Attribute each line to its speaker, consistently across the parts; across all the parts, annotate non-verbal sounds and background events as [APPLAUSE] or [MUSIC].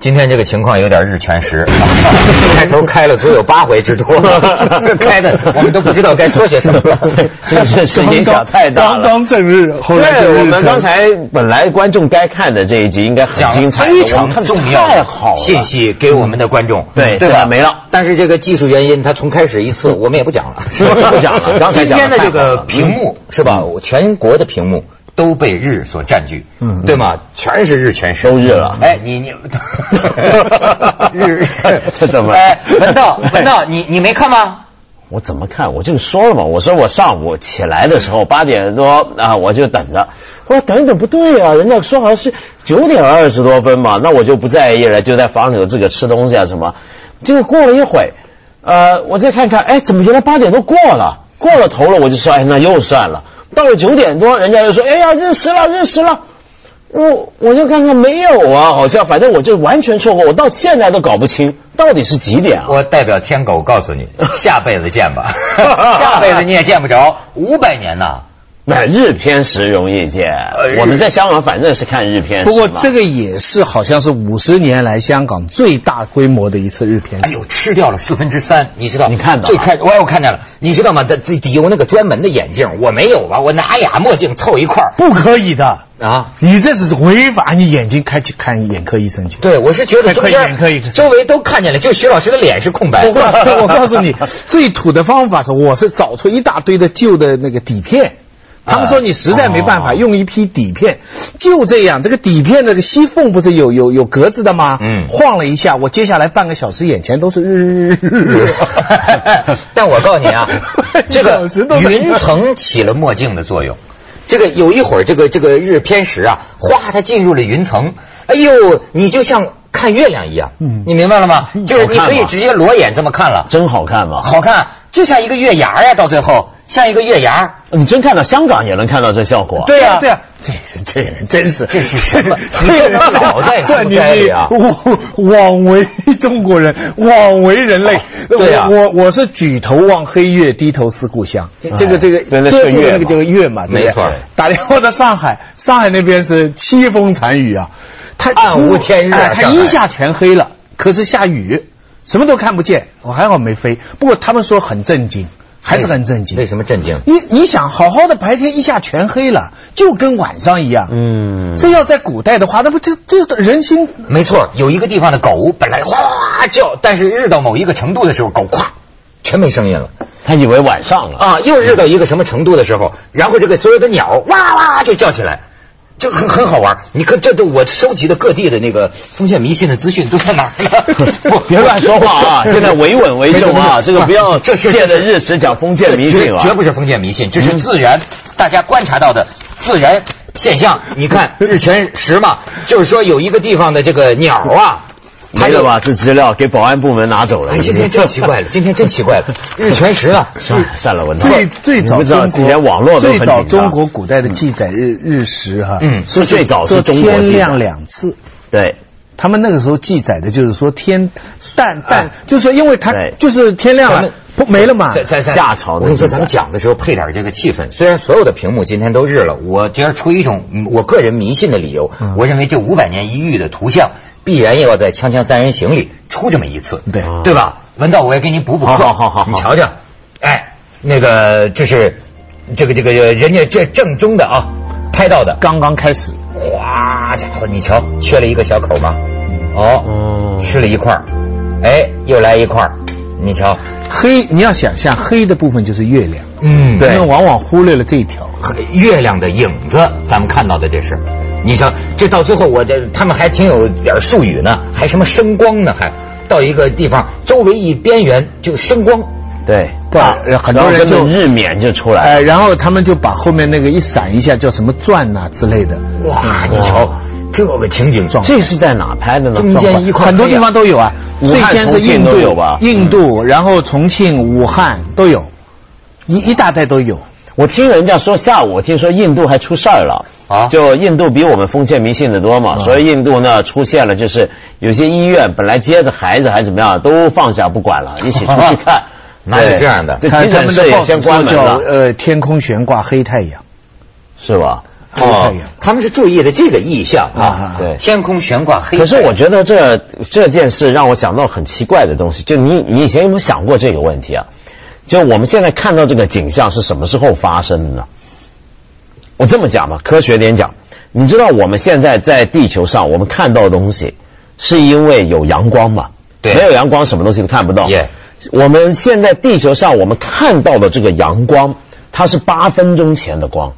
Speaker 1: 今天这个情况有点日全食，开头开了足有八回之多，开的我们都不知道该说些什么了， [LAUGHS]
Speaker 2: 真是是影响太大
Speaker 3: 刚
Speaker 2: 了。
Speaker 3: 刚正日，后来就
Speaker 2: 对，
Speaker 3: 日
Speaker 2: 我们
Speaker 3: 程
Speaker 2: 刚才本来观众该看的这一集应该很
Speaker 1: 讲
Speaker 2: 精
Speaker 1: 了
Speaker 2: 彩，
Speaker 1: 非
Speaker 2: 我们
Speaker 1: 常
Speaker 2: 看
Speaker 1: 重要
Speaker 2: 太好了，
Speaker 1: 信息给我们的观众，
Speaker 2: 对
Speaker 1: 对
Speaker 2: 这
Speaker 1: 吧？
Speaker 2: 个没了。
Speaker 1: 但是这个技术原因，他从开始一次我们也不讲了，
Speaker 2: 不讲
Speaker 1: [LAUGHS]
Speaker 2: 了刚才
Speaker 1: 今天
Speaker 2: 讲得
Speaker 1: 的这
Speaker 2: 太好
Speaker 1: 个
Speaker 2: 了
Speaker 1: 屏幕是吧？我全国的屏幕都被日所占据，
Speaker 3: 嗯
Speaker 1: 对吗？全是日全食，
Speaker 2: 都日了
Speaker 1: 哎，你 [LAUGHS] 你日
Speaker 2: 这怎么
Speaker 1: 哎，文道文道，你你没看吗？
Speaker 2: 我怎么看？我就说了嘛，我说我上午起来的时候八点多啊，我就等着。我说等一等不对啊，人家说好像是九点二十多分嘛，那我就不在意了，就在房里头这个吃东西啊什么。结果过了一会呃，我再看看，哎，怎么原来八点都过了，过了头了，我就说，哎，那又算了。到了九点多，人家又说，哎呀，日食了，日食了。我我就看看没有啊，好像反正我就完全错过，我到现在都搞不清到底是几点啊。
Speaker 1: 我代表天狗告诉你，下辈子见吧， [LAUGHS] 下辈子你也见不着，五百年呐、
Speaker 2: 那日偏食容易见，
Speaker 1: 日
Speaker 2: 我们在香港反正是看日偏食嘛。
Speaker 4: 不过这个也是好像是五十年来香港最大规模的一次日偏
Speaker 1: 哎
Speaker 4: 食。
Speaker 1: 呦，吃掉了四分之三，你知道？
Speaker 2: 你看到了
Speaker 1: 最开，我我看见了，你知道吗？这这有那个专门的眼镜，我没有吧？我拿俩墨镜凑一块儿
Speaker 3: 不可以的，
Speaker 1: 啊。
Speaker 4: 你这只是违法，你眼睛开去看眼科医生去。
Speaker 1: 对，我是觉得中间
Speaker 4: 可以可以可以
Speaker 1: 周围都看见了，就徐老师的脸是空白。
Speaker 4: 我 [LAUGHS] 告我告诉你，最土的方法是，我是找出一大堆的旧的那个底片。他们说你实在没办法，用一批底片，就这样。这个底片那个吸缝不是有有有格子的吗？
Speaker 1: 嗯
Speaker 4: 晃了一下，我接下来半个小时眼前都是日日日日。，
Speaker 1: [LAUGHS] 但我告诉你啊
Speaker 4: [LAUGHS]
Speaker 1: 这个
Speaker 4: 小时都在
Speaker 1: 云层起了墨镜的作用。这个有一会儿，这个这个日偏食啊，哗，它进入了云层。哎呦，你就像看月亮一样，
Speaker 4: 嗯
Speaker 1: 你明白了吗？就是你
Speaker 2: 好看
Speaker 1: 可以
Speaker 2: 吗
Speaker 1: 直接裸眼这么看了，
Speaker 2: 真好看嘛！
Speaker 1: 好看，就像一个月牙呀，到最后像一个月牙。
Speaker 2: 你真看到香港也能看到这效果。
Speaker 1: 对呀、
Speaker 4: 对啊，
Speaker 2: 这人真是
Speaker 1: 这是什么？你 [LAUGHS] 这个脑袋是
Speaker 3: 算
Speaker 1: 不
Speaker 3: 你
Speaker 1: 是在里
Speaker 4: [LAUGHS]
Speaker 1: 啊？
Speaker 4: 哦
Speaker 3: 枉枉为中国人，枉为人类。
Speaker 1: [LAUGHS] 对啊
Speaker 4: 我我我是举头望黑月，低头思故乡。这个这个
Speaker 2: 对那
Speaker 4: 遮
Speaker 2: 是
Speaker 4: 住
Speaker 2: 月
Speaker 4: 那个
Speaker 2: 嘛
Speaker 4: 就是月嘛，对不对
Speaker 1: 哎没错
Speaker 4: 打电话到上海，上海那边是凄风残雨啊，它
Speaker 1: 暗无天日啊
Speaker 4: 哎它
Speaker 1: 上海
Speaker 4: 一下全黑了，可是下雨，什么都看不见。我还好没飞，不过他们说很震惊，还是很震惊。
Speaker 1: 为什么震惊？
Speaker 4: 你你想好好的白天一下全黑了，就跟晚上一样。
Speaker 2: 嗯，
Speaker 4: 这要在古代的话，那不这这人心
Speaker 1: 没错，有一个地方的狗本来哗哗哗叫，但是日到某一个程度的时候，狗咵全没声音了
Speaker 2: 他以为晚上了。
Speaker 1: 啊！又日到一个什么程度的时候，然后这个所有的鸟哇哇就叫起来，就很很好玩。你看，这都我收集的各地的那个封建迷信的资讯都在哪
Speaker 2: [LAUGHS]
Speaker 1: 儿呢？我
Speaker 2: 别乱说话啊！现在维稳为重啊，这个不要
Speaker 1: 这是
Speaker 2: 借着日食讲封建迷信
Speaker 1: 这
Speaker 2: 了。啊嗯
Speaker 1: 绝绝不是封建迷信，这是自然，大家观察到的自然现象。你看日全食
Speaker 2: [LAUGHS]
Speaker 1: 嘛，就是说有一个地方的这个鸟啊，
Speaker 2: 没
Speaker 1: 就
Speaker 2: 了吧？这资料给保安部门拿走了。
Speaker 1: 哎，今天真奇怪了，今天真奇怪了，日全食啊，
Speaker 2: [LAUGHS] 算了算了，文涛
Speaker 4: 最最
Speaker 2: 你
Speaker 4: 早
Speaker 2: 不知道
Speaker 4: 中
Speaker 2: 今
Speaker 4: 国
Speaker 2: 天网络都
Speaker 4: 最
Speaker 2: 很紧
Speaker 4: 早
Speaker 2: 张。
Speaker 4: 中国古代的记载日日食哈，
Speaker 1: 嗯
Speaker 2: 是最早是
Speaker 4: 说
Speaker 2: 中国
Speaker 4: 天
Speaker 2: 记载
Speaker 4: 亮两次。
Speaker 2: 对
Speaker 4: 他们那个时候记载的就是说天淡淡
Speaker 1: 哎，
Speaker 4: 就是说因为它
Speaker 2: 对
Speaker 4: 就是天亮
Speaker 1: 咱
Speaker 4: 了
Speaker 1: 们，
Speaker 4: 不没了嘛
Speaker 1: 在。在在
Speaker 2: 夏朝的
Speaker 1: 我跟你说，
Speaker 2: 记载
Speaker 1: 咱们讲的时候配点这个气氛。虽然所有的屏幕今天都日了，我觉得出于一种嗯我个人迷信的理由，我认为这五百年一遇的图像必然要在《锵锵三人行》里出这么一次，
Speaker 4: 对
Speaker 1: 对吧？文道，我也给你补补课，
Speaker 2: 好好好好好
Speaker 1: 你瞧瞧，哎，那个这是这个这个人家这正宗的啊拍到的，
Speaker 4: 刚刚开始，
Speaker 1: 哗家伙，你瞧，缺了一个小口吧？哦
Speaker 2: 嗯，
Speaker 1: 吃了一块儿，哎，又来一块儿，你瞧，
Speaker 4: 黑你要想象黑的部分就是月亮，
Speaker 1: 嗯，
Speaker 4: 人们往往忽略了这一条。
Speaker 1: 月亮的影子，咱们看到的这是。你像这到最后，我这他们还挺有点术语呢，还什么声光呢，还到一个地方，周围一边缘就声光，
Speaker 2: 对，
Speaker 4: 对
Speaker 2: 啊
Speaker 4: 呃很多人
Speaker 2: 然后根本
Speaker 4: 就
Speaker 2: 日冕就出来了。
Speaker 4: 哎，然后他们就把后面那个一闪一下叫什么转呐、之类的，
Speaker 1: 哇！你瞧这个情景，
Speaker 2: 嗯哦这是在哪拍的呢？
Speaker 1: 中间一块
Speaker 4: 很多地方都有啊。
Speaker 2: 武
Speaker 4: 最
Speaker 2: 汉
Speaker 4: 先是
Speaker 2: 重庆
Speaker 4: 印度
Speaker 2: 都有吧嗯
Speaker 4: 印度，然后重庆、武汉都有，一一大代都有。
Speaker 2: 我听人家说下午，我听说印度还出事儿了
Speaker 1: 啊。
Speaker 2: 就印度比我们封建迷信的多嘛，所以印度呢出现了，就是有些医院本来接着孩子还怎么样，都放下不管了，一起出去看
Speaker 1: 啊哪有
Speaker 2: 对
Speaker 1: 这样的
Speaker 2: 这
Speaker 4: 看
Speaker 2: 急
Speaker 4: 他
Speaker 2: 诊
Speaker 4: 们
Speaker 2: 室
Speaker 4: 的
Speaker 2: 也
Speaker 4: 报纸
Speaker 2: 先
Speaker 4: 说
Speaker 2: 关门
Speaker 4: 叫
Speaker 2: 了，
Speaker 4: 呃天空悬挂黑太阳，
Speaker 2: 是吧？
Speaker 4: 注意太阳。
Speaker 1: 啊他们是注意的这个意象啊
Speaker 4: 啊，
Speaker 2: 嗯对
Speaker 1: 天空悬挂黑。
Speaker 2: 可是我觉得这这件事让我想到很奇怪的东西，就你你以前有没有想过这个问题啊？就我们现在看到这个景象是什么时候发生的呢？我这么讲吧，科学点讲，你知道我们现在在地球上我们看到的东西，是因为有阳光嘛？
Speaker 1: 对
Speaker 2: 没有阳光什么东西都看不到。
Speaker 1: Yeah
Speaker 2: 我们现在地球上我们看到的这个阳光，它是八分钟前的光，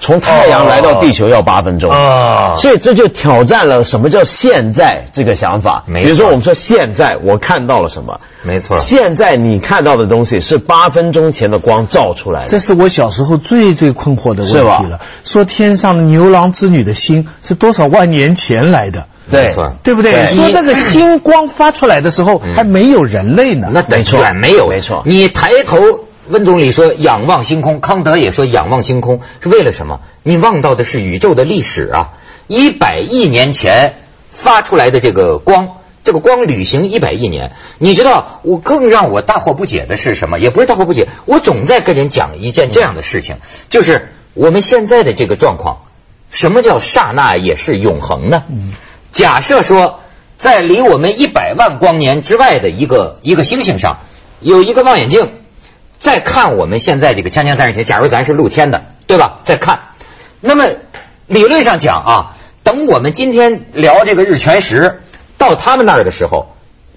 Speaker 2: 从太阳来到地球要八分钟。
Speaker 1: 啊，
Speaker 2: 所以这就挑战了什么叫现在这个想法。
Speaker 1: 没错
Speaker 2: 比如说我们说现在我看到了什么，
Speaker 1: 没错
Speaker 2: 现在你看到的东西是八分钟前的光照出来的
Speaker 4: 这。是我小时候最最困惑的问题
Speaker 2: 是吧
Speaker 4: 了。说天上的牛郎织女的星是多少万年前来的，
Speaker 1: 没
Speaker 2: 对，
Speaker 1: 错
Speaker 4: 对不对？
Speaker 2: 对嗯
Speaker 4: 你说那个星光发出来的时候还没有人类呢。
Speaker 1: 那等
Speaker 2: 没错
Speaker 1: 远没有，
Speaker 2: 没错
Speaker 1: 你抬头，温总理说仰望星空，康德也说仰望星空是为了什么？你望到的是宇宙的历史啊，一百亿年前发出来的这个光。这个光旅行一百亿年，你知道我更让我大惑不解的是什么？也不是大惑不解，我总在跟人讲一件这样的事情，就是我们现在的这个状况，什么叫刹那也是永恒呢？假设说，在离我们一百万光年之外的一个一个星星上，有一个望远镜，再看我们现在这个锵锵三人行，假如咱是露天的，对吧？再看，那么理论上讲啊，等我们今天聊这个日全食到他们那儿的时候，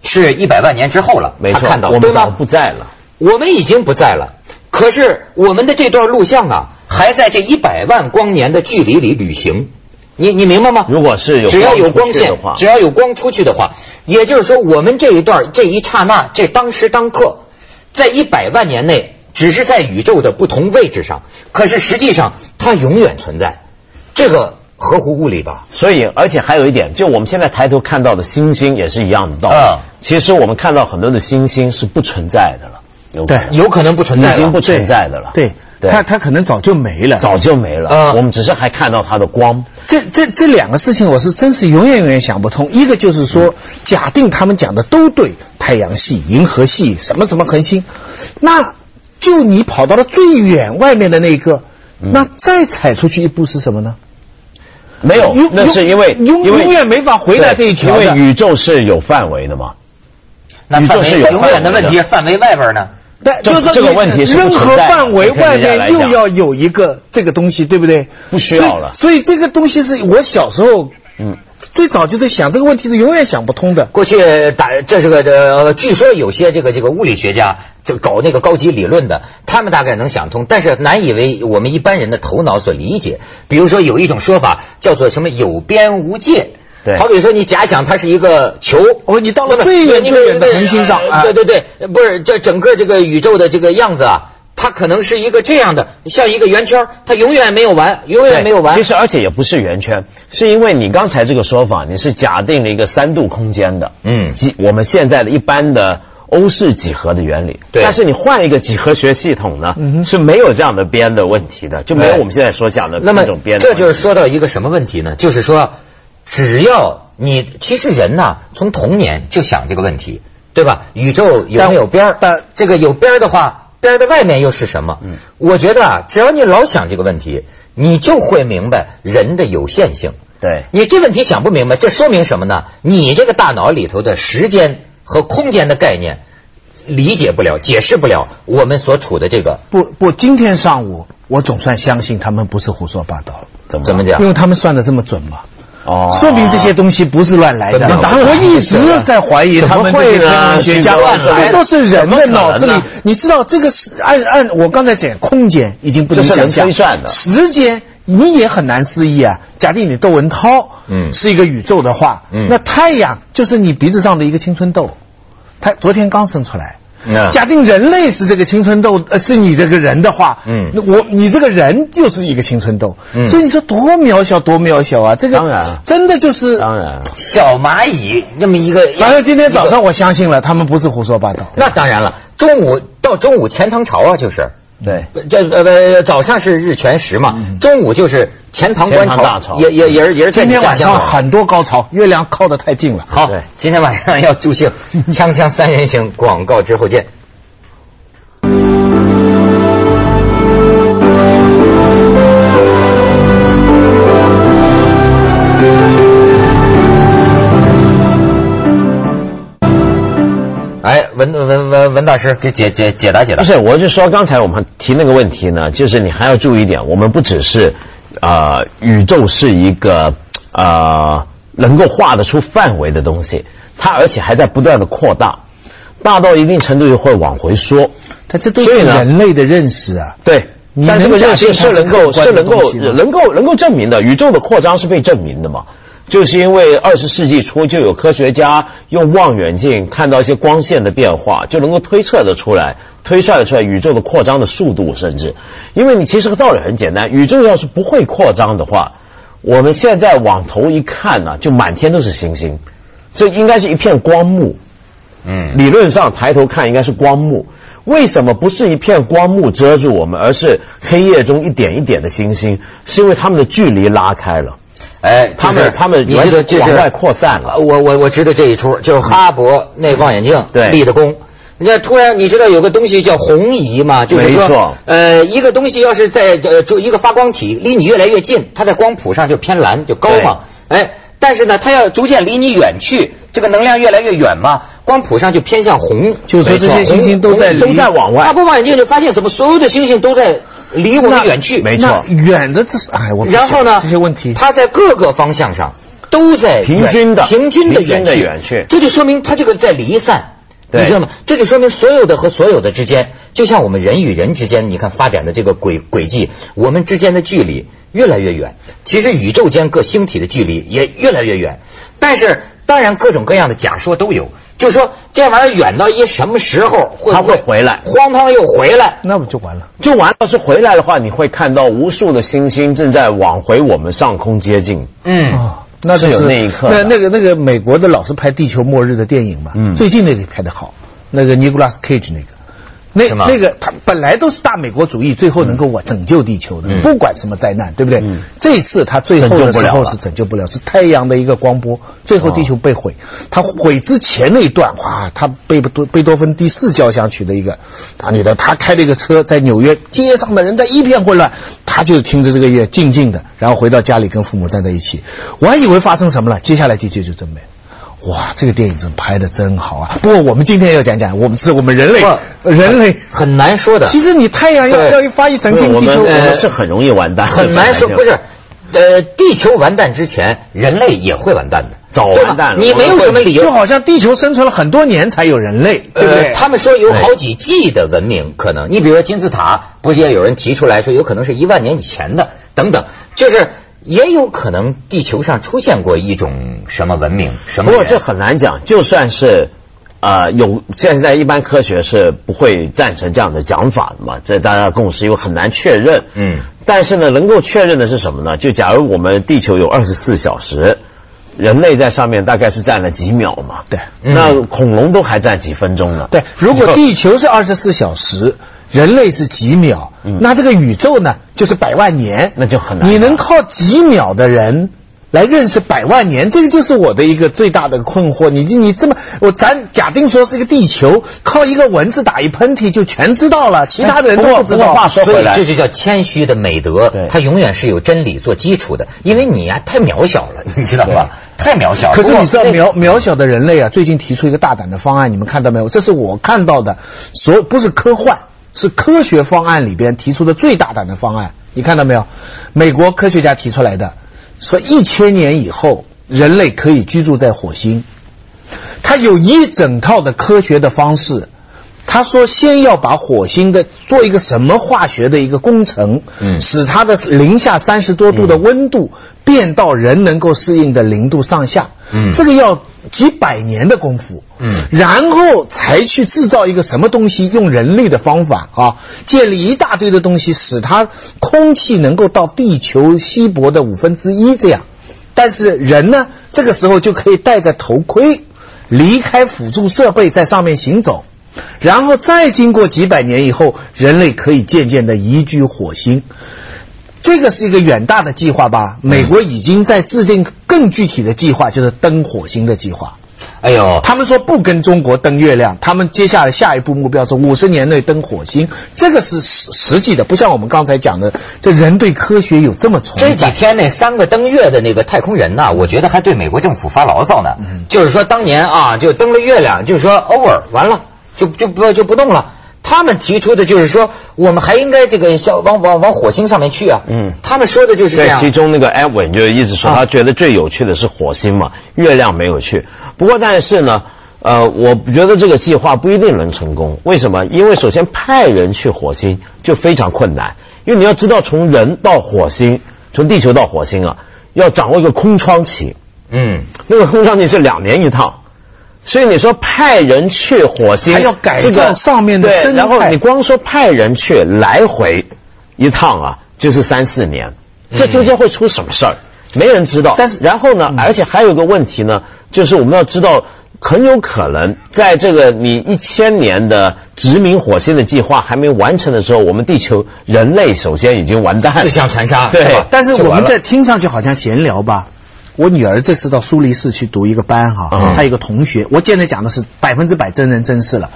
Speaker 1: 是一百万年之后了，
Speaker 2: 没
Speaker 1: 他
Speaker 2: 错
Speaker 1: 看到，
Speaker 2: 我
Speaker 1: 对
Speaker 2: 们
Speaker 1: 吗？
Speaker 2: 早不在了。
Speaker 1: 我们已经不在了，可是我们的这段录像啊，还在这一百万光年的距离里旅行。你你明白吗？
Speaker 2: 如果是有
Speaker 1: 只要有光
Speaker 2: 光出去
Speaker 1: 线
Speaker 2: 的话，
Speaker 1: 只要有光出去的话，也就是说，我们这一段这一刹那，这当时当刻，在一百万年内，只是在宇宙的不同位置上，可是实际上它永远存在，这个合乎物理吧？
Speaker 2: 所以，而且还有一点，就我们现在抬头看到的星星也是一样的道理。
Speaker 1: 嗯
Speaker 2: 其实我们看到很多的星星是不存在的了，有可能
Speaker 1: 有可能不存在了
Speaker 2: 已经不存在的了。
Speaker 4: 对，
Speaker 2: 对
Speaker 4: 他他可能早就没了。
Speaker 2: 早就没了。
Speaker 1: 嗯
Speaker 2: 我们只是还看到它的光。
Speaker 4: 这这这两个事情，我是真是永远永远想不通。一个就是
Speaker 2: 嗯
Speaker 4: 说，假定他们讲的都对，太阳系、银河系、什么什么恒星，那就你跑到了最远外面的那一个，
Speaker 2: 嗯
Speaker 4: 那再踩出去一步是什么呢？
Speaker 2: 没有
Speaker 4: 永，
Speaker 2: 那是因为
Speaker 4: 永
Speaker 2: 因为
Speaker 4: 永远没法回答这一条的
Speaker 2: 对因为宇宙是有范围的嘛。
Speaker 1: 那
Speaker 2: 宇宙
Speaker 1: 范围
Speaker 2: 是有
Speaker 1: 永远的
Speaker 2: 范围
Speaker 1: 问
Speaker 2: 的
Speaker 1: 题，范围外边呢？
Speaker 4: 但
Speaker 2: 这
Speaker 4: 就是说
Speaker 2: 这个
Speaker 4: 你
Speaker 2: 问题是不
Speaker 4: 任何
Speaker 2: 存在的
Speaker 4: 范围
Speaker 2: 对
Speaker 4: 外
Speaker 2: 人家
Speaker 4: 面
Speaker 2: 来讲
Speaker 4: 又要有一个这个东西，对不对？
Speaker 2: 不需要了
Speaker 4: 所以。所以这个东西是我小时候，
Speaker 2: 嗯
Speaker 4: 嗯，最早就在想这个问题是永远想不通的。
Speaker 1: 过去打这是个呃，据说有些这个这个物理学家就搞那个高级理论的，他们大概能想通，但是难以为我们一般人的头脑所理解。比如说有一种说法叫做什么有边无界。
Speaker 2: 对
Speaker 1: 好比说你假想它是一个球，
Speaker 4: 哦你到了
Speaker 1: 那么
Speaker 4: 最远
Speaker 1: 那
Speaker 4: 最
Speaker 1: 个
Speaker 4: 远的恒星上
Speaker 1: 呃
Speaker 4: 啊
Speaker 1: 对对对，不是这整个这个宇宙的这个样子啊，它可能是一个这样的，像一个圆圈，它永远没有完，永远没有完。
Speaker 2: 其实而且也不是圆圈，是因为你刚才这个说法，你是假定了一个三度空间的，
Speaker 1: 嗯
Speaker 2: 几我们现在的一般的欧式几何的原理。
Speaker 1: 对
Speaker 2: 但是你换一个几何学系统呢，
Speaker 4: 嗯哼
Speaker 2: 是没有这样的边的问题的，就没有
Speaker 1: 哎
Speaker 2: 我们现在所讲的
Speaker 1: 那么
Speaker 2: 呃这种边的
Speaker 1: 这
Speaker 2: 问题。
Speaker 1: 就是说到一个什么问题呢？就是说，只要你其实人呐、从童年就想这个问题，对吧？宇宙有没有边儿？
Speaker 4: 但
Speaker 1: 这个有边儿的话，边儿的外面又是什么？我觉得啊，只要你老想这个问题，你就会明白人的有限性。
Speaker 2: 对。
Speaker 1: 你这问题想不明白，这说明什么呢？你这个大脑里头的时间和空间的概念理解不了，解释不了我们所处的这个
Speaker 4: 不不，今天上午我总算相信他们不是胡说八道了，
Speaker 2: 怎么
Speaker 1: 怎么讲
Speaker 4: 因？为他们算的这么准嘛，
Speaker 2: 哦
Speaker 4: 说明这些东西不是乱来的。
Speaker 1: 那当
Speaker 2: 然
Speaker 4: 啊我一直在怀疑他们这些天文学家
Speaker 2: 怎么会呢
Speaker 4: 这都是人的脑子
Speaker 2: 怎么可能
Speaker 4: 里
Speaker 2: 呢。
Speaker 4: 你知道这个是按按我刚才讲，空间已经不能
Speaker 2: 这是
Speaker 4: 想
Speaker 2: 人
Speaker 4: 象，
Speaker 2: 推算的
Speaker 4: 时间你也很难思议啊。假定你窦文涛
Speaker 1: 嗯
Speaker 4: 是一个宇宙的话，
Speaker 1: 嗯
Speaker 4: 那太阳就是你鼻子上的一个青春痘，他昨天刚生出来。
Speaker 1: 嗯
Speaker 4: 假定人类是这个青春痘，呃，是你这个人的话，
Speaker 1: 嗯
Speaker 4: 那我你这个人就是一个青春痘，
Speaker 1: 嗯
Speaker 4: 所以你说多渺小，多渺小啊！这个
Speaker 2: 当然
Speaker 4: 真的就是，
Speaker 2: 当然，
Speaker 1: 小蚂蚁那么一个，
Speaker 4: 反正今天早上我相信了，他们不是胡说八道。
Speaker 1: 那当然了，中午到中午钱塘潮啊，就是。
Speaker 2: 对。
Speaker 1: 这呃不早上是日全食嘛，中午就是钱塘观
Speaker 2: 钱塘大潮
Speaker 1: 也也也是也是在
Speaker 4: 今
Speaker 1: 你
Speaker 4: 天
Speaker 1: 家
Speaker 4: 晚
Speaker 1: 乡
Speaker 4: 上
Speaker 1: 啊
Speaker 4: 很多高潮，月亮靠得太近了。
Speaker 1: 好
Speaker 2: 对，
Speaker 1: 今天晚上要助兴，锵锵三人行广告之后见。哎文文文文大师给解解解答解答
Speaker 2: 不。是，我就说刚才我们提那个问题呢，就是你还要注意一点，我们不只是啊、呃宇宙是一个啊能够画得出范围的东西，它而且还在不断的扩大，大到一定程度就会往回缩。
Speaker 4: 他这都
Speaker 2: 所
Speaker 4: 是
Speaker 2: 以呢
Speaker 4: 人类的认识啊。
Speaker 2: 对
Speaker 4: 你，
Speaker 2: 但这
Speaker 4: 能
Speaker 2: 个
Speaker 4: 假
Speaker 2: 认
Speaker 4: 定
Speaker 2: 识
Speaker 4: 它
Speaker 2: 是
Speaker 4: 是
Speaker 2: 能够
Speaker 4: 客观
Speaker 2: 是
Speaker 4: 的
Speaker 2: 能够
Speaker 4: 东西吗
Speaker 2: 能够能够证明的，宇宙的扩张是被证明的嘛。就是因为二十世纪初就有科学家用望远镜看到一些光线的变化，就能够推测得出来，推算得出来宇宙的扩张的速度，甚至，因为你其实道理很简单，宇宙要是不会扩张的话，我们现在往头一看呢、就满天都是星星，这应该是一片光幕。
Speaker 1: 嗯，
Speaker 2: 理论上抬头看应该是光幕，为什么不是一片光幕遮住我们，而是黑夜中一点一点的星星？是因为它们的距离拉开了。
Speaker 1: 哎，
Speaker 2: 他们
Speaker 1: 就是
Speaker 2: 他们
Speaker 1: 你这个就是
Speaker 2: 往外扩散了
Speaker 1: 我我我知道这一出，就是哈勃那望远镜
Speaker 2: 对
Speaker 1: 立的功。人家突然，你知道有个东西叫红移嘛？就是
Speaker 2: 没
Speaker 1: 说
Speaker 2: 错，
Speaker 1: 呃，一个东西要是在呃，就一个发光体离你越来越近，它在光谱上就偏蓝，就高嘛。哎，但是呢，它要逐渐离你远去，这个能量越来越远嘛，光谱上就偏向红。
Speaker 4: 就是说这些星星都在
Speaker 2: 都在往
Speaker 1: 哈
Speaker 2: 外。
Speaker 1: 勃望远镜就发现，怎么所有的星星都在离我们远去？
Speaker 2: 没错
Speaker 4: 那远的这是哎，我不
Speaker 1: 然后呢，
Speaker 4: 想这些问题，
Speaker 1: 它在各个方向上都在
Speaker 2: 平均的
Speaker 1: 远平均的
Speaker 2: 平均
Speaker 1: 远
Speaker 2: 的
Speaker 1: 去，
Speaker 2: 远去
Speaker 1: 这就说明它这个在离散。
Speaker 2: 对
Speaker 1: 你知道吗？这就说明所有的和所有的之间，就像我们人与人之间，你看发展的这个轨轨迹，我们之间的距离越来越远。其实宇宙间各星体的距离也越来越远。但是，当然各种各样的假说都有，就说这玩意儿远到一什么时候会
Speaker 2: 它
Speaker 1: 不会
Speaker 2: 会回来
Speaker 1: 荒唐又回来。
Speaker 4: 那不就完了？
Speaker 2: 就完要是回来的话，你会看到无数的星星正在往回我们上空接近。
Speaker 1: 嗯，
Speaker 4: 哦，那就是
Speaker 2: 有那一刻
Speaker 4: 那
Speaker 2: 的
Speaker 4: 那个那个美国的老是拍地球末日的电影嘛，
Speaker 2: 嗯
Speaker 4: 最近那个拍的好，那个 Nicolas Cage 那个。那
Speaker 1: 是吗
Speaker 4: 那个他本来都是大美国主义，最后能够
Speaker 2: 嗯
Speaker 4: 我拯救地球的，
Speaker 1: 嗯
Speaker 4: 不管什么灾难，对不对？这次他最后
Speaker 2: 拯救
Speaker 4: 的
Speaker 2: 不
Speaker 4: 时
Speaker 2: 了
Speaker 4: 候
Speaker 2: 了
Speaker 4: 是拯救不了，是太阳的一个光波，最后地球被毁。他毁之前那一段，哇，他贝多贝多芬第四交响曲的一个啊女的，她开了一个车在纽约街上的人在一片混乱，他就听着这个乐静静的，然后回到家里跟父母站在一起。我还以为发生什么了，接下来地球就真没了。哇，这个电影真拍的真好啊！不过我们今天要讲讲，我们是我们人类
Speaker 1: 不，
Speaker 4: 人类。
Speaker 1: 很难说的。
Speaker 4: 其实你太阳要
Speaker 1: 对
Speaker 4: 要一发一神经，
Speaker 2: 我
Speaker 4: 地
Speaker 2: 们
Speaker 4: 球
Speaker 2: 我们
Speaker 1: 呃
Speaker 2: 是很容易完蛋的，
Speaker 1: 很难说，
Speaker 2: 本
Speaker 1: 不
Speaker 2: 来就
Speaker 1: 是。呃，地球完蛋之前，人类也会完蛋的，
Speaker 2: 早
Speaker 1: 对吧
Speaker 2: 完蛋了
Speaker 1: 你没有什么理由
Speaker 4: 就。好像地球生存了很多年才有人类，对不对？
Speaker 1: 呃，他们说有好几季的文明可能，你比如说金字塔，不是也有人提出来说有可能是一万年以前的，等等，就是也有可能地球上出现过一种什么文明，什么
Speaker 2: 不过
Speaker 1: 人
Speaker 2: 这很难讲，就算是。呃，有现在一般科学是不会赞成这样的讲法的嘛，这大家共识，因为很难确认。
Speaker 1: 嗯，
Speaker 2: 但是呢，能够确认的是什么呢？就假如我们地球有二十四小时，人类在上面大概是占了几秒嘛？
Speaker 4: 对嗯
Speaker 2: 那恐龙都还占几分钟呢？
Speaker 4: 对，如果地球是二十四小时，人类是几秒，那这个宇宙呢就是百万年，
Speaker 2: 嗯那就很难了
Speaker 4: 你能靠几秒的人来认识百万年，这个就是我的一个最大的困惑。你你这么，我咱假定说是一个地球，靠一个蚊子打一喷嚏就全知道了，其他的人
Speaker 2: 不
Speaker 4: 都
Speaker 2: 过
Speaker 4: 不知
Speaker 2: 哎不
Speaker 4: 道。
Speaker 2: 过话说
Speaker 1: 所
Speaker 2: 回
Speaker 1: 以
Speaker 2: 来，
Speaker 1: 这就叫谦虚的美德
Speaker 2: 对，
Speaker 1: 它永远是有真理做基础的，因为你呀、太渺小了，你知道吧？太渺小了。
Speaker 4: 可是你知道
Speaker 1: 不过
Speaker 4: 渺渺小的人类啊，最近提出一个大胆的方案，你们看到没有？这是我看到的，所不是科幻，是科学方案里边提出的最大胆的方案。你看到没有？美国科学家提出来的，说一千年以后人类可以居住在火星。他有一整套的科学的方式。他说，先要把火星的做一个什么化学的一个工程，
Speaker 1: 嗯
Speaker 4: 使它的零下三十多度的温度变到人能够适应的零度上下，
Speaker 1: 嗯
Speaker 4: 这个要几百年的功夫，
Speaker 1: 嗯
Speaker 4: 然后才去制造一个什么东西，用人类的方法啊，建立一大堆的东西，使它空气能够到地球稀薄的五分之一这样。但是人呢，这个时候就可以戴着头盔离开辅助设备，在上面行走。然后再经过几百年以后，人类可以渐渐的移居火星。这个是一个远大的计划吧？美国已经在制定更具体的计划，就是登火星的计划。
Speaker 1: 哎呦，
Speaker 4: 他们说不跟中国登月亮，他们接下来下一步目标是五十年内登火星，这个是实实际的，不像我们刚才讲的，这人对科学有这么崇
Speaker 1: 这几
Speaker 4: 拜。
Speaker 1: 天那三个登月的那个太空人呐、我觉得
Speaker 2: 嗯
Speaker 1: 还对美国政府发牢骚呢。就是说当年啊，就登了月亮，就说 over 完了，就就不就不动了。他们提出的就是说，我们还应该这个向往往往火星上面去啊。
Speaker 2: 嗯
Speaker 1: 他们说的就是这
Speaker 2: 在
Speaker 1: 样。
Speaker 2: 其中那个 Edwin 就一直说，
Speaker 1: 啊
Speaker 2: 他觉得最有趣的是火星嘛，月亮没有去。不过但是呢，呃，我觉得这个计划不一定能成功。为什么？因为首先派人去火星就非常困难，因为你要知道从人到火星，从地球到火星啊，要掌握一个空窗期，
Speaker 1: 嗯，
Speaker 2: [LAUGHS] 那个空窗期是两年一趟。所以你说派人去火星，
Speaker 4: 还要改造
Speaker 2: 这个
Speaker 4: 上面的生
Speaker 2: 对，然后
Speaker 4: 态
Speaker 2: 你光说派人去来回一趟啊，就是三四年，这中间会出什么事儿，没人知道。
Speaker 4: 嗯但是嗯
Speaker 2: 然后呢，而且还有一个问题呢，就是我们要知道，很有可能在这个你一千年的殖民火星的计划还没完成的时候，我们地球人类首先已经完蛋
Speaker 1: 自
Speaker 2: 了。
Speaker 1: 相残杀。
Speaker 2: 对
Speaker 1: 是吧
Speaker 4: 但是
Speaker 2: 就完
Speaker 4: 我们
Speaker 2: 了
Speaker 4: 在听上去好像闲聊吧。我女儿这次到苏黎世去读一个班哈、
Speaker 2: 嗯
Speaker 4: 她有个同学，我现在讲的是百分之百真人真事了。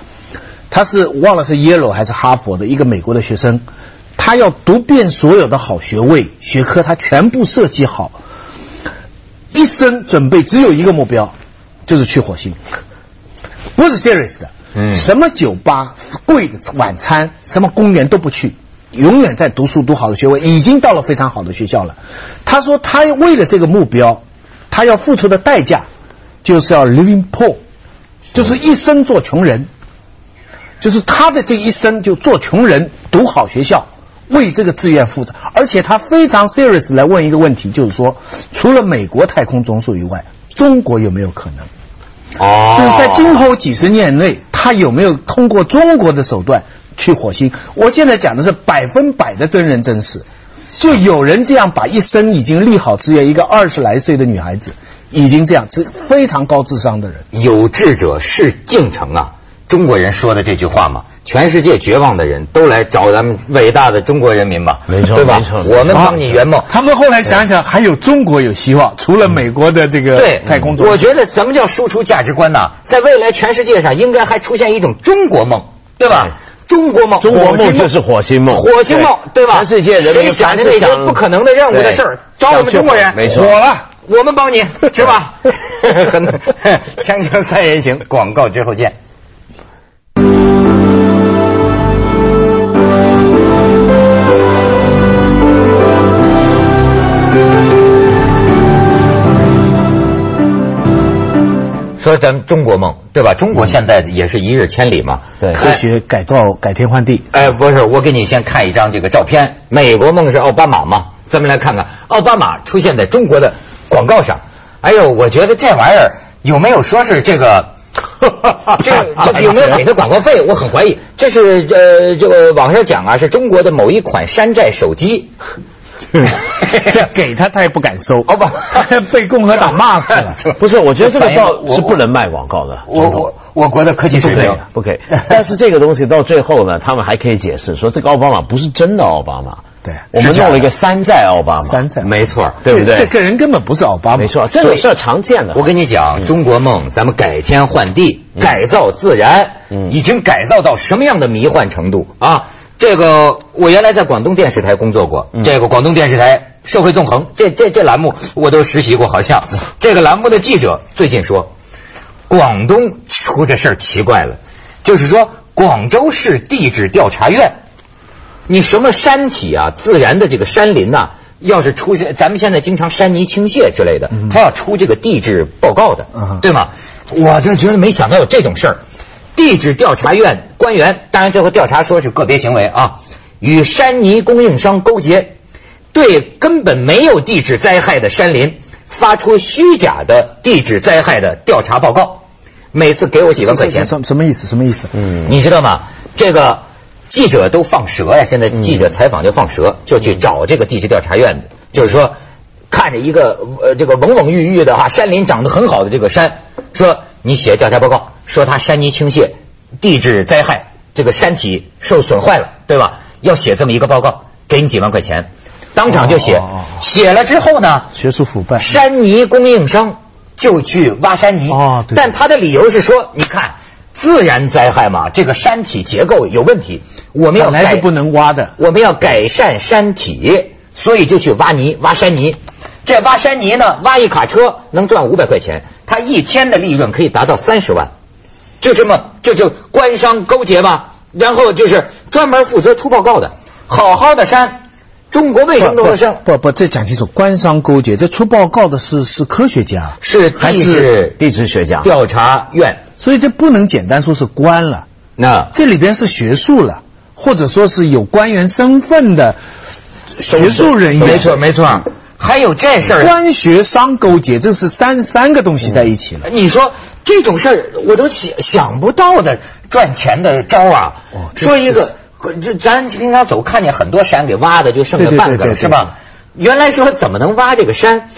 Speaker 4: 她是忘了是耶鲁还是哈佛的一个美国的学生，她要读遍所有的好学位学科，她全部设计好，一生准备只有一个目标，就是去火星。不是 serious 的，
Speaker 1: 嗯
Speaker 4: 什么酒吧、贵的晚餐、什么公园都不去，永远在读书读好的学位，已经到了非常好的学校了。他说他为了这个目标，他要付出的代价就是要 living poor，就是一生做穷人，就是他的这一生就做穷人，读好学校。为这个志愿负责，而且他非常 serious 来问一个问题，就是说，除了美国太空总署以外，中国有没有可能？
Speaker 1: 哦，
Speaker 4: 就是在今后几十年内，他有没有通过中国的手段去火星？我现在讲的是百分百的真人真事，就有人这样把一生已经立好志愿，一个二十来岁的女孩子，已经这样，这非常高智商的人。
Speaker 1: 有志者事竟成啊！中国人说的这句话嘛，全世界绝望的人都来找咱们伟大的中国人民吧，
Speaker 2: 没错
Speaker 1: 对吧？
Speaker 2: 没错没错啊
Speaker 1: 我们帮你圆梦。
Speaker 4: 他们后来想想，还有中国有希望，除了美国的这个
Speaker 1: 对，
Speaker 4: 太空总
Speaker 1: 我
Speaker 4: 署。
Speaker 1: 觉得什么叫输出价值观呢、在未来全世界上应该还出现一种中国梦，对吧？中国梦，
Speaker 2: 中国
Speaker 1: 火星
Speaker 2: 梦就是火星梦，
Speaker 1: 火星梦，对吧？
Speaker 2: 全世界人民
Speaker 1: 谁想的那些不可能的任务的事儿，找我们中国人，
Speaker 2: 没错，
Speaker 1: 了，我们 [LAUGHS] 帮你，是吧？很锵锵三人行，广告之后见。说咱们中国梦，对吧？中国现在也是一日千里嘛。
Speaker 2: 对
Speaker 1: 看
Speaker 4: 科学改造改天换地，
Speaker 1: 哎，不是，我给你先看一张这个照片，美国梦是奥巴马嘛？咱们来看看奥巴马出现在中国的广告上。哎呦，我觉得这玩意儿有没有说是这个？ [LAUGHS] 啊
Speaker 2: [LAUGHS]
Speaker 1: 这这有没有给他广告费？我很怀疑。这是呃，这个网上讲啊，是中国的某一款山寨手机。 [LAUGHS]
Speaker 4: 这给他他也不敢收， [LAUGHS]
Speaker 1: 奥巴
Speaker 4: 被共
Speaker 1: [LAUGHS]
Speaker 4: 和党骂死了。
Speaker 2: 不是，我觉得这个
Speaker 1: 到
Speaker 2: 倒是不。能卖广告的。
Speaker 1: 我我我国的科技水
Speaker 2: 不可以
Speaker 1: 平，
Speaker 2: 不可以。但是这个东西到最后呢，他们还可以解释说，这个奥巴马不是真的奥巴马，
Speaker 4: 对
Speaker 2: 我们弄了一个山寨奥巴马，
Speaker 4: 山寨
Speaker 1: 没错儿。
Speaker 2: 对不
Speaker 4: 这
Speaker 2: 对？
Speaker 4: 个人根本不是奥巴马，
Speaker 2: 没错，这种事儿常见的。嗯
Speaker 1: 我跟你讲，中国梦，咱们改天换地，改造自然，
Speaker 2: 嗯
Speaker 1: 已经改造到什么样的迷幻程度啊？这个我原来在广东电视台工作过，
Speaker 2: 嗯
Speaker 1: 这个广东电视台社会纵横这这这栏目我都实习过，好
Speaker 2: 嗯
Speaker 1: 像这个栏目的记者最近说，广东出这事儿奇怪了，就是说广州市地质调查院，你什么山体啊，自然的这个山林呐、要是出现，咱们现在经常山泥倾泻之类的，他要出这个地质报告的，
Speaker 4: 嗯
Speaker 1: 对吗？我就觉得没想到有这种事儿。地质调查院官员，当然最后调查说是个别行为啊，与山泥供应商勾结，对根本没有地质灾害的山林发出虚假的地质灾害的调查报告，每次给我几万块钱。
Speaker 4: 什什么意思？什么意思？
Speaker 2: 嗯，
Speaker 1: 你知道吗？这个记者都放蛇呀，现在记者采访就放蛇，就去找这个地质调查院的，就是说看着一个呃这个蓊蓊郁郁的哈、山林长得很好的这个山，说你写调查报告，说它山泥倾泻、地质灾害，这个山体受损坏了，对吧？要写这么一个报告，给你几万块钱，当场就写，
Speaker 4: 哦哦哦
Speaker 1: 写了之后呢，
Speaker 4: 学术腐败。
Speaker 1: 山泥供应商就去挖山泥。
Speaker 4: 哦对
Speaker 1: 但他的理由是说，你看自然灾害嘛，这个山体结构有问题，我们要
Speaker 4: 本来
Speaker 1: 改
Speaker 4: 是不能挖的，
Speaker 1: 我们要改善山体，所以就去挖泥、挖山泥。这挖山泥呢，挖一卡车能赚五百块钱，他一天的利润可以达到三十万。就这么就就官商勾结吧，然后就是专门负责出报告的，好好的删。中国卫生斗
Speaker 4: 不
Speaker 1: 的生
Speaker 4: 不不，这讲清楚，官商勾结，这出报告的是是科学家，
Speaker 1: 是
Speaker 2: 还
Speaker 1: 地
Speaker 2: 是
Speaker 1: 质
Speaker 2: 地质学家？
Speaker 1: 调查院，
Speaker 4: 所以这不能简单说是官了，
Speaker 1: 那
Speaker 4: 这里边是学术了，或者说是有官员身份的学术人员，
Speaker 1: 没错没错，还有这事儿呢。
Speaker 4: 官学商勾结，这是三三个东西在一起了。
Speaker 1: 你说这种事儿，我都想想不到的赚钱的招啊！说一个，这咱平常走看见很多山给挖的就剩下
Speaker 4: 对对对
Speaker 1: 半个
Speaker 4: 对
Speaker 1: 了，
Speaker 4: 对
Speaker 1: 是吧？原来说怎么能挖这个山？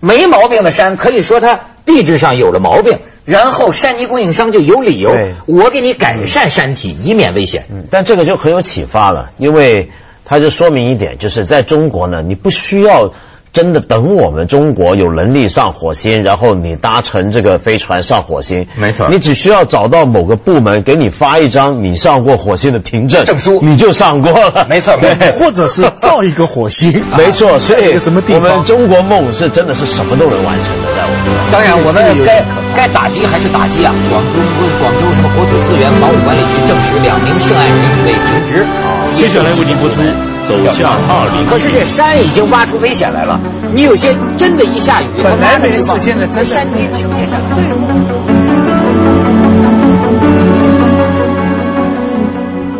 Speaker 1: 没毛病的山，可以说它地质上有了毛病，然后山泥供应商就有理由
Speaker 2: 对，
Speaker 1: 我给你改善山体，以免危险。
Speaker 2: 嗯但这个就很有启发了，因为它就说明一点，就是在中国呢，你不需要真的等我们中国有能力上火星，然后你搭乘这个飞船上火星。
Speaker 1: 没错
Speaker 2: 你只需要找到某个部门给你发一张你上过火星的凭证
Speaker 1: 证书
Speaker 2: 你就上过了。
Speaker 1: 没
Speaker 2: [LAUGHS]
Speaker 1: 错没错
Speaker 2: 对
Speaker 4: [LAUGHS] 或者是造一个火星
Speaker 2: [LAUGHS] ，没错，所
Speaker 4: 啊在一
Speaker 2: 以
Speaker 4: [LAUGHS] 个什么地
Speaker 2: 我
Speaker 4: 方？
Speaker 2: 们中国梦是真的是什么都能完成的，在我们。
Speaker 1: 当然，我们
Speaker 4: 这个有
Speaker 1: 该
Speaker 4: 点可
Speaker 1: 该打击还是打击啊！广东广州什么国土资源保护管理局证实两名涉案人被停职。
Speaker 5: 接下来为您播出《走向二零
Speaker 1: 可是这山已经挖出危险来了，你有些真的，一下雨
Speaker 4: 本来没事
Speaker 1: 它挖的地方
Speaker 4: 现在真的
Speaker 1: 山泥倾泻下来。